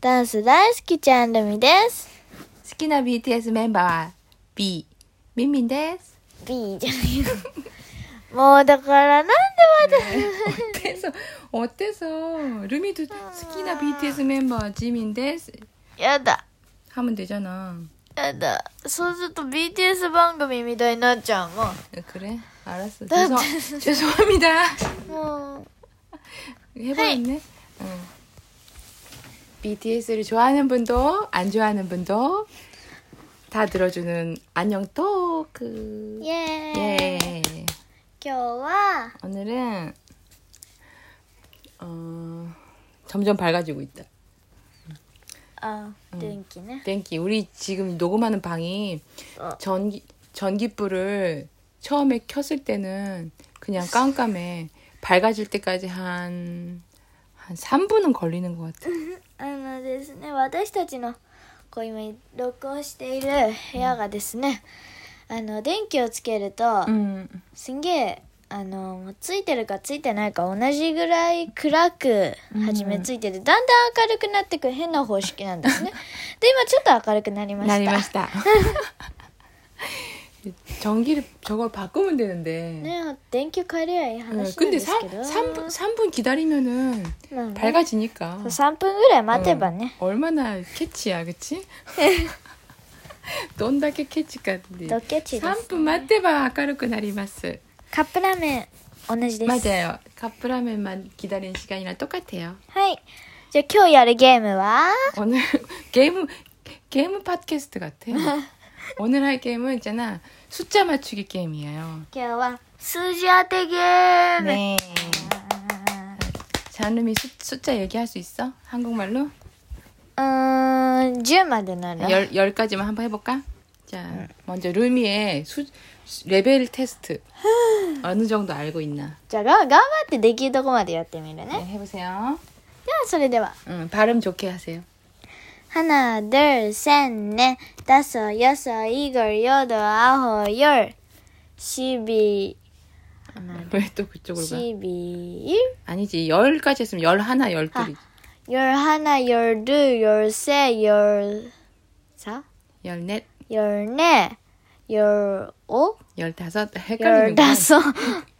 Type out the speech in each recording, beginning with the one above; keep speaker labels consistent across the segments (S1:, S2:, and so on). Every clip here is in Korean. S1: ダンス大好きちゃんるみです。
S2: 好きな BTS メンバーは B ミンミンです
S1: B じゃないよ。もうだからなんで
S2: おってそうおってそうルミと好きな BTS メンバーはジミンです
S1: また。やだ。
S2: ハムデじゃな
S1: やだ。そうすると BTS 番組みたいになっちゃうも
S2: くれあらす
S1: だ
S2: だ
S1: って
S2: だ 아, 죄송합
S1: ん。
S2: 니다
S1: もう。
S2: 해봐야네응 BTS를 좋아하는 분도 안 좋아하는 분도 다 들어주는 안녕 토크
S1: イエーイ。
S2: 예
S1: 今日は
S2: 오늘은 어, 점점 밝아지고 있다
S1: あ、電気ね。
S2: 땡기 우리 지금 녹음하는 방이
S1: 어.
S2: 전기 전기불을 처음에 켰을 때는 그냥 깜깜해 밝아질 때까지 한한 한 3분은 걸리는 것 같아.
S1: あのですね、私たちのこう今録音している部屋がですね、あの電気をつけると、
S2: 음,
S1: すんげえあのもうついてるかついてないか同じぐらい暗く始めついてて、だんだん明るくなってくる変な方式なんですねで今ちょっと明るくなりました
S2: 날리마시다. 전기를 저걸 바꾸면 되는데.
S1: ね電球変えりゃいい
S2: 어,
S1: 話なん
S2: 근데
S1: です
S2: 3,
S1: けど
S2: 3분, 3분 기다리면은
S1: なんで
S2: 밝아지니까.
S1: 3分ぐらい待てばね、
S2: 어, 얼마나 캐치야, 그치? 넌だけ 캐치 같은데.
S1: ドケチです
S2: 3분 네. 맞대봐 아까르크 나리마스
S1: カップラーメン同じ
S2: 네.
S1: です
S2: 맞아요 카프라면만 기다리는 시간이랑 똑같아요
S1: はいじゃあ今日やるゲームは
S2: 오늘 게임 게임 팟캐스트 같아 오늘 할 게임은 있잖아 숫자 맞추기 게임이에요
S1: 今日は数字当てゲーム、
S2: 네 자누미 숫- 숫자 얘기할 수 있어? 한국말로?
S1: うーん10までなら
S2: 열, 열 가지만 한번 해볼까? 자 먼저 루미의 수, 레벨 테스트 어느 정도 알고 있나
S1: じゃあが頑張ってできるとこまでやってみるね、
S2: 네, 해보세요
S1: ではそれでは
S2: 응, 발음 좋게 하세요
S1: 하나, 둘, 셋, 넷, 다섯, 여섯, 일곱, 여덟, 아홉, 열, 십이,
S2: 왜 또 그쪽으로 가?
S1: 십이일,
S2: 아니지 열까지 했으면 열 하나 열 둘이
S1: 열 하나, 열 둘, 열세, 열 사,
S2: 열넷
S1: 열네, 열오,
S2: 열다섯 헷갈리는 거야.
S1: 열다섯.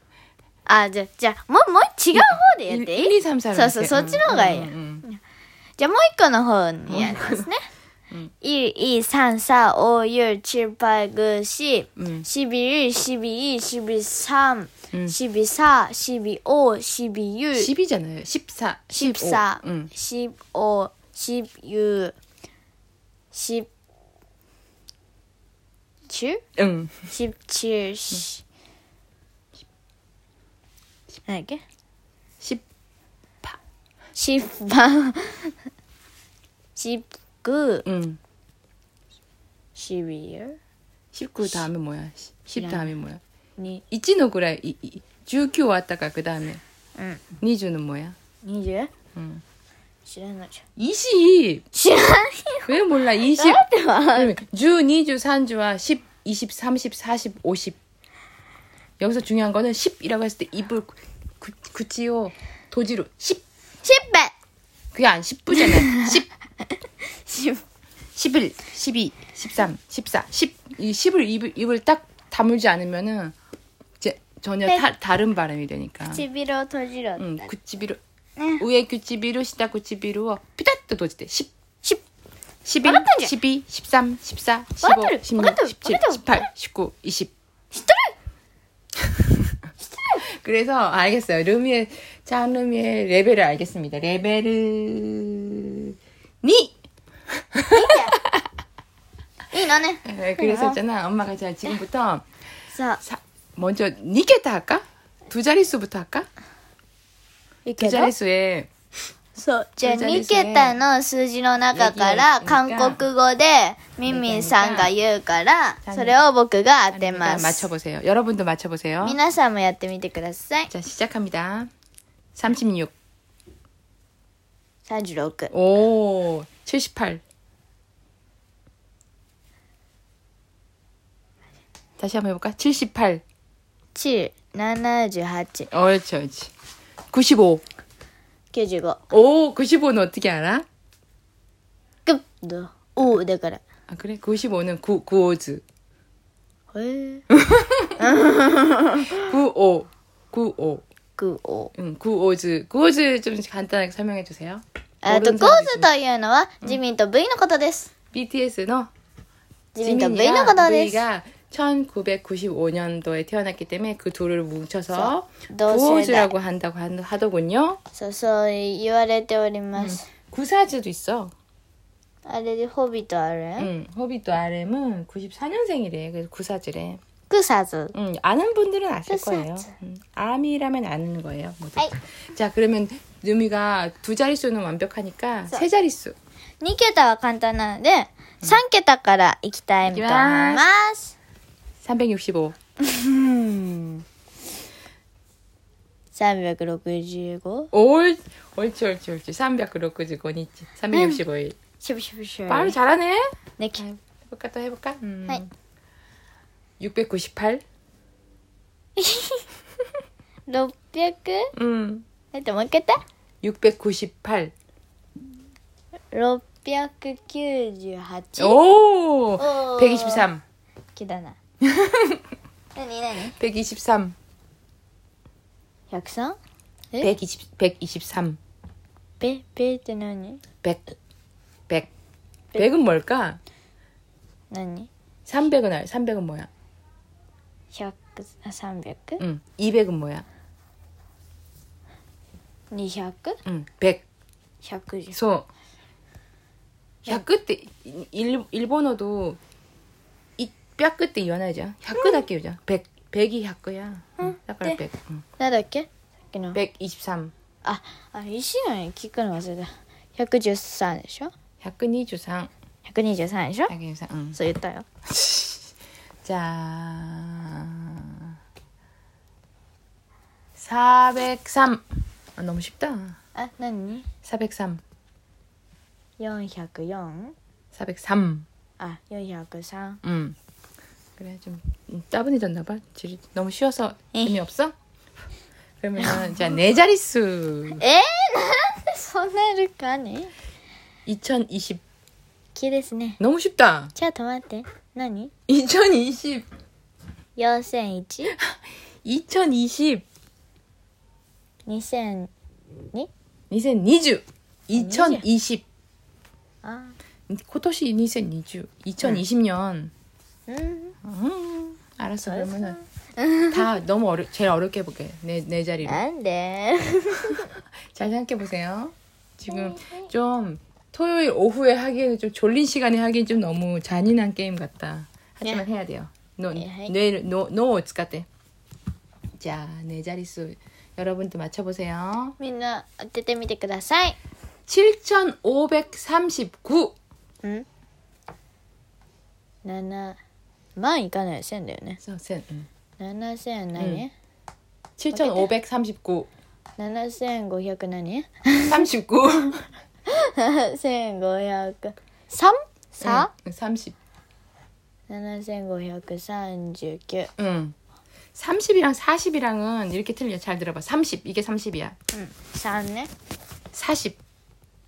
S1: 아, 자, 자, 뭐, 뭐, 지가 호대
S2: 1,
S1: やっていい
S2: 2, 3, 4
S1: そうそう
S2: 음,
S1: そっちの方がいいじゃあもう一個の方にやりますね。一、一、三、三、五、六、七、八、九、十。十一、十一、十三、
S2: うん
S1: 十四、十五、十六、
S2: 10이잖아요 14
S1: 十三
S2: 응. 、
S1: 十五、十六、十九、
S2: 응.
S1: 十七、十何だっけ
S2: 10
S1: 十八、 十九、
S2: 응.
S1: 十一、
S2: 19 다음에 뭐야 10 다음에 뭐야
S1: に、
S2: 이치노 그래 19 왔다가 그 다음에
S1: うん、
S2: 니주는 뭐야
S1: 二十
S2: 응.
S1: 知らないじゃん。
S2: 20!
S1: 知らない
S2: 왜 몰라 20 그러면 주, 2주, 3주와 10, 20, 30, 40, 50 여기서 중요한 거는 10이라고 했을 때 입을 구, 구치요 도지로 10
S1: 10分
S2: 그게 안 10부잖아 10
S1: 10
S2: 11, 12, 13, 14, 10. 이 10을 입을, 입을 딱 다물지 않으면은 이제 전혀
S1: 백.
S2: 타- 다른 발음이 되니까.
S1: 唇を閉じろ
S2: 응, 구찌비로.
S1: 네.
S2: 위에 구찌비로, 시다 구찌비로. 피다또 도지대. 10,
S1: 10
S2: 11,
S1: 알았다, 이제.
S2: 12, 13, 14, 15,
S1: 알았다,
S2: 16,
S1: 알았다,
S2: 17,
S1: 알았다.
S2: 18, 19, 20. 그래서 알겠어요. 루미의 자 루미의 레벨을 알겠습니다. 레벨을 2.
S1: いいのね
S2: 네, 그래서 있잖아 엄마가 자 지금부터
S1: さあ
S2: 사- 먼저 니게타 할까? 두 자릿수부터 할까?
S1: いいけ
S2: 두
S1: ど
S2: 자릿수에
S1: そうじゃあ
S2: じゃあで
S1: 2
S2: すね
S1: 桁の数字の中から
S2: 右
S1: 韓
S2: が
S1: 国語でミンミンさんが言うからそれを僕が当てま
S2: 한번
S1: す
S2: 맞춰보세요. 여러분도 맞춰보세요.
S1: 皆さんもやってみてください
S2: 자, 시작합니다. 36.
S1: 36
S2: 오, 78. 다시 한번 해볼까? 78.
S1: 7 7 8
S2: 어, 그렇지, 그렇지. 95.
S1: 9 5
S2: 오, 95는 어떻게 알아?
S1: 너. 오, 다から。
S2: 아 그래? 95는 구, 구오즈.
S1: へえ。
S2: 구오. 구오.
S1: くお。
S2: 응, 구오즈. 구오즈 좀 간단하게 설명해 주세요.
S1: えっと、
S2: 모르는
S1: ゴー
S2: 사람이
S1: ズ
S2: 있으면.
S1: というのは、ジミンと V のことです。
S2: BTS 너
S1: ジミンと V のことです。
S2: V가 1995년도에 태어났기 때문에 그 둘을 뭉쳐서
S1: 너
S2: 구오즈라고 한다고 한- 하더군요.
S1: そうそう言われております。
S2: 구사즈도 있어.
S1: あれでホビットある？
S2: 응, 호비또 RM은 94년생이래. 그래서 구사즈래.
S1: クサズ。
S2: 응, 아는 분들은 아실
S1: 구사즈.
S2: 거예요. 음, 아미라면 아는 거예요. 모두.
S1: 아이.
S2: 자, 그러면 누미가 두 자릿수는 완벽하니까 세 자릿수.
S1: 2桁は簡単なので、3桁からいきたいと思います。
S2: 365.
S1: 365?
S2: 올, 옳지, 옳지, 옳지. 365일 있지. 365일.
S1: シュブシュブシュ
S2: 말을 잘하네.
S1: 네,
S2: 해볼까, 또 해볼까? 음.
S1: 하이.
S2: 698.
S1: 600?
S2: 음.
S1: えっと、もう一回言っ
S2: 698.
S1: て。698.
S2: 오!
S1: 오.
S2: 123.
S1: 気だ な。なになに
S2: 123.
S1: 103? え
S2: 120, 123.
S1: ペペって何
S2: 100. 100. 100은 뭘까?
S1: 何
S2: 300은 알. 300은 뭐야?
S1: 100? 300?
S2: 응. 200은 뭐야?
S1: 200?
S2: 응. 100.
S1: 100じゃん。
S2: 소. 100 때, 일, 일본어도 이100って言わないじゃん100だけ言うじゃん100 100이 100야 응. だから 100. うん
S1: なんだっけさっきの。
S2: 123.
S1: あ、あの、石野に聞くの忘れた。113でしょ
S2: 123.
S1: 123でしょ
S2: 123. 응.
S1: そう言ったよ。
S2: 자. 403. 아, 너무 쉽다.
S1: あ、何
S2: 403.
S1: 404?
S2: 403.
S1: 아, 403.
S2: 음. 그래 좀 따분해졌나 봐. 질이 너무 쉬워서
S1: 에이.
S2: 의미 없어? 그러면 자, 네 자릿수.
S1: えー、なんでそんなるかね
S2: 2020.
S1: 木ですね。
S2: 너무 쉽다.
S1: ちょっと待って。何
S2: 2020.
S1: 4001?
S2: 2020.
S1: 2002?
S2: 2020. 2020.
S1: あ、
S2: 코토시 2020. 2020년.
S1: 음.
S2: 음, 알았어. 그러면은 다 너무 어려 제일 어렵게 해볼게. 네 네 자리로.
S1: なんで
S2: 잘 생각해 보세요. 지금 좀 토요일 오후에 하기에는 좀 졸린 시간에 하기엔 좀 너무 잔인한 게임 같다. 하지만 해야 돼요. 노,
S1: 네, 하이.
S2: 뇌를 노, 노使って. 자, 네 자릿수 여러분도 맞춰 보세요.
S1: みんな当ててみてください。
S2: 7,539.
S1: ん ?7 万いかない1000だよね。
S2: 선생. 음.
S1: 7000何、
S2: 7,539.
S1: 7500何
S2: 39.
S1: 7500 3? 4?
S2: 응, 30.
S1: 7539
S2: 응. 30이랑 40이랑은 이렇게 틀려. 잘 들어봐. 30. 이게 30이야.
S1: 3ね
S2: 40.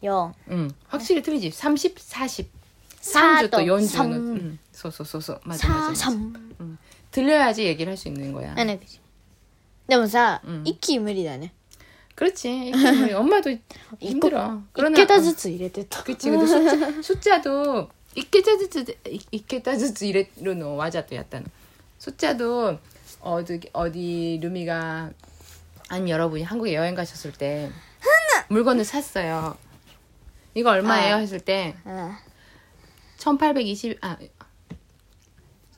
S1: 4
S2: 응. 확실히 틀리지. 30, 40.
S1: 사
S2: 상주
S1: 또
S2: 또 연주는.
S1: 삼.
S2: 응. 소소소소. 맞아, 맞아.
S1: 4
S2: 맞아.
S1: 3
S2: 들려야지 얘기를 할 수 있는 거야.
S1: 7でもさ、
S2: うん
S1: 一気に無理だね
S2: 그렇지. 이렇게 우리 엄마도 힘들어.
S1: 1
S2: 그러나.
S1: 桁ずつ入れてた
S2: 그치. 근데 숫자, 숫자도 이케타즈츠, 이케타즈츠 이레로노 와자또 약간. 숫자도 어디, 어디 루미가 아니 여러분이 한국에 여행 가셨을 때 물건을 샀어요. 이거 얼마예요?
S1: 아.
S2: 했을 때
S1: あ
S2: 1820, 아,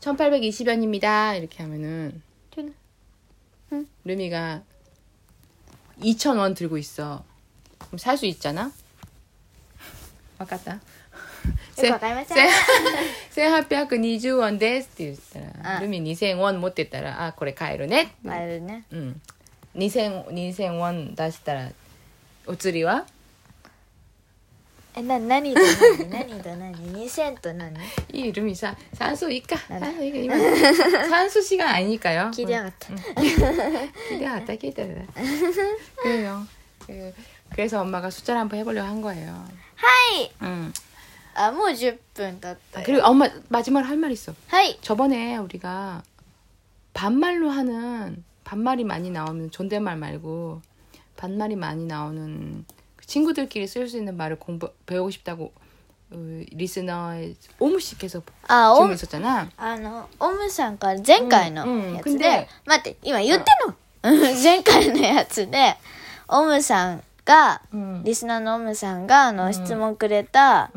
S2: 1820원입니다. 이렇게 하면은,
S1: 준.
S2: 루미가 2,000원 들고 있어. 그럼 살 수 있잖아?
S1: あ
S2: 아깝다.
S1: よくわかりま せん
S2: 1820원 ですって言ったら、
S1: あ
S2: ルミ2000ウォン持ってったら、あ、これ買えるね。
S1: あるね
S2: うん。2000、2000ウォン出したら、お釣りは
S1: えな何と何何と何2000と何
S2: いいルミさ、算数いいか。
S1: なん
S2: 算
S1: だ
S2: 数いいか。今、算数しがあいにかよ。
S1: 聞いてなかった
S2: 기대가 다 기대돼. 그래요. 그, 그래서 엄마가 숫자를 한번 해보려고 한 거예요.
S1: はい
S2: 응.
S1: 아, 뭐 10분
S2: 아,
S1: 떴다.
S2: 그리고 엄마 마지막으로 할 말 있어.
S1: はい。
S2: 저번에 우리가 반말로 하는 반말이 많이 나오는 존댓말 말고 반말이 많이 나오는 그 친구들끼리 쓸 수 있는 말을 공부 배우고 싶다고 어, 리스너 오무 씨께서
S1: あ、オム、
S2: 질문했었잖아.
S1: あの、オムさんから前回の
S2: うんうん
S1: や
S2: く
S1: つ
S2: ん
S1: で
S2: で、
S1: 待って、今言ってんの 前回のやつで、オムさんが、
S2: 음.
S1: リスナーのオムさんが、あの、質問くれた、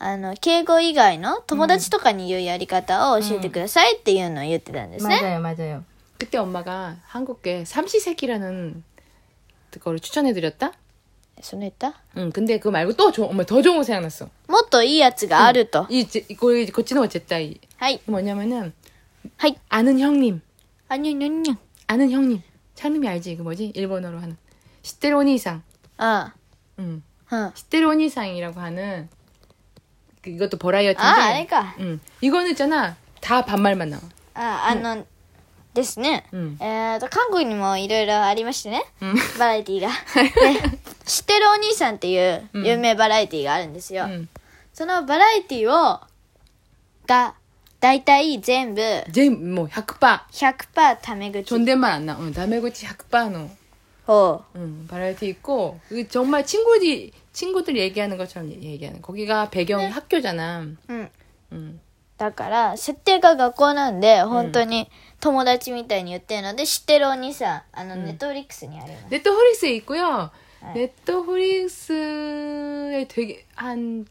S1: あの、敬語以外の友達とかに言うやり方を教えてくださいっていうのを言ってたんですね。
S2: 맞아요. 그때 엄마가 한국에 삼시세끼라는 거를 추천해드렸다.
S1: それ言った
S2: 응 근데 그거 말고 또 조, 엄마 더 좋은 거 생각났어.
S1: もっといいやつがあると。
S2: 이, 제- 이거, 이거, 지는 어쨌다. 이-
S1: はい。
S2: 뭐냐면은,
S1: はい。
S2: 아는 형님.
S1: あにゅにゅにゅ。
S2: 아는 형님. 찰님이 알지? 그 뭐지? 일본어로 하는. 시테로니상.
S1: あ
S2: 응.
S1: あ、うん。あ
S2: 시테로니상이라고 하는. 그- 이것도 버라이어티인데.
S1: あ、あれか。
S2: 응. 이거는 있잖아. 다 반말만 나와.
S1: ああの、ですね。
S2: 응.
S1: えっと、韓国にもいろいろありましてね。
S2: 응.
S1: バラエティー が。で知ってるお兄さんっていう有名バラエティーがあるんですよ。
S2: 응.
S1: そのバラエティーを、が、だいたい全部
S2: 제 뭐, 학바.
S1: 100%タメ口
S2: 존댓말 안 나. 응. 다메고치 학바노.
S1: を
S2: 응. 바라이어티 음, 있고. 그 정말 친구들, 친구들 얘기하는 것처럼 얘기하는. 거기가 배경이 학교잖아. 음.
S1: うん。
S2: 응.
S1: だから、設定が学校なんで、本当に友達みたいに言ってるので、知ってるお兄さん、あの、ネットフリックスにあります。
S2: 넷플릭스에 네, 있고요.
S1: 네.
S2: 넷플릭스에 되게 한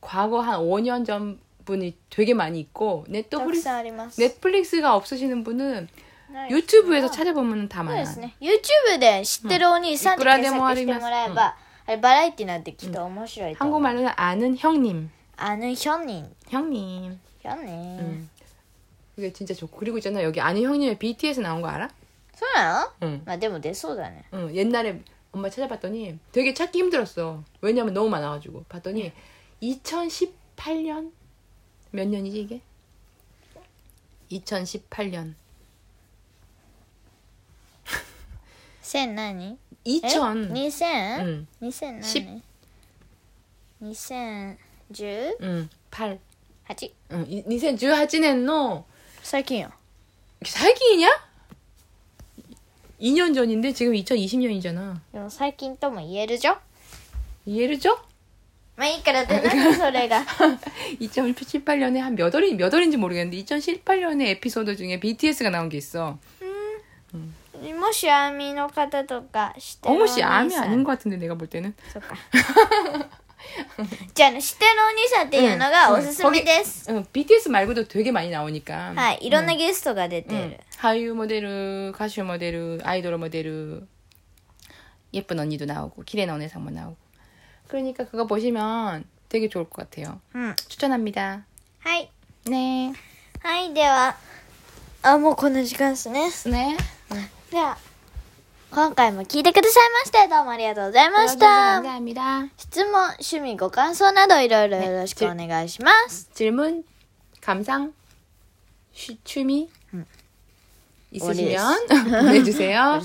S2: 과거 한 5년 전 분이 되게 많이 있고 네,
S1: たく
S2: 넷플릭스
S1: さんあります。
S2: 넷플릭스가 없으시는 분은
S1: ない
S2: 유튜브에서 찾아보면 다
S1: そうで
S2: 많아요.
S1: すね。YouTube で知ってるお兄さんって検索してもらえば、あれバラエティなんてきっと面白いと思う。
S2: 한국말로는 아는 형님,
S1: あのヒョンニン。
S2: 형님.
S1: ヒョンニン。
S2: 음. 그게 진짜 좋고 그리고 있잖아 여기 아는 형님의 BTS 나온 거 알아?
S1: そうなの
S2: 응.
S1: まあでも出そうだね。
S2: 응. 옛날에 엄마 찾아봤더니 되게 찾기 힘들었어. 왜냐면 너무 많아가지고 봤더니 2018년 몇 년이지 이게? 2018년
S1: 千何
S2: 2000
S1: 二千
S2: 응
S1: 二千何
S2: 十
S1: 二千十
S2: 응, 8
S1: 八
S2: 응, 2018년의
S1: 最近よ。
S2: 사기이냐? 2년 전인데 지금 2020년이잖아.
S1: でも最近とも言えるじゃん
S2: 이해를 줘?
S1: まあいいからで、なん でそれが。
S2: 2018년에 한 몇 월인 몇 월인지 모르겠는데 2018년에 에피소드 중에 BTS가 나온 게 있어.
S1: もしアーミーの方とか知ってるお
S2: 어머
S1: 兄
S2: 씨
S1: さん。
S2: 암이 아닌 것 같은데 내가 볼 때는.
S1: そっか。 じゃあ、知ってるお兄さんっていうのがおすすめです。
S2: 응, BTS 말고도 되게 많이 나오니까.
S1: はい、いろんなゲストが出て
S2: 응,
S1: る。
S2: 하유 모델, 가수 모델, 아이돌 모델, 예쁜 언니도 나오고 기레나 언니상도 나오고. 그러니까 그거 보시면 되게 좋을 것 같아요.
S1: うん。
S2: 추천합니다.
S1: はい。
S2: 네.
S1: はい、では。あ、もうこんな時間ですね。
S2: 네.
S1: では、今回も聞いてくださいまして、どうもありがとうございまし
S2: 들어주셔서
S1: た。
S2: 감사합니다.
S1: 質問、趣味、ご感想などいろいろよろしくお願いします。
S2: 질문, 감상, 취, 미 있으시면 보내주세요.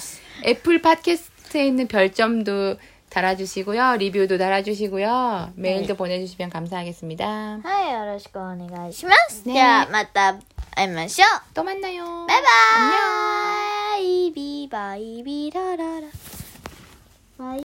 S2: 애플 팟캐스트에 있는 별점도 달아주시고요. 리뷰도 달아주시고요. 메일도 보내주시면 감사하겠습니다.
S1: はい、よろしくお願いします。
S2: ね
S1: では、また会いましょう。
S2: 또 만나요.
S1: バイバーイビーバイビーラララ。バイ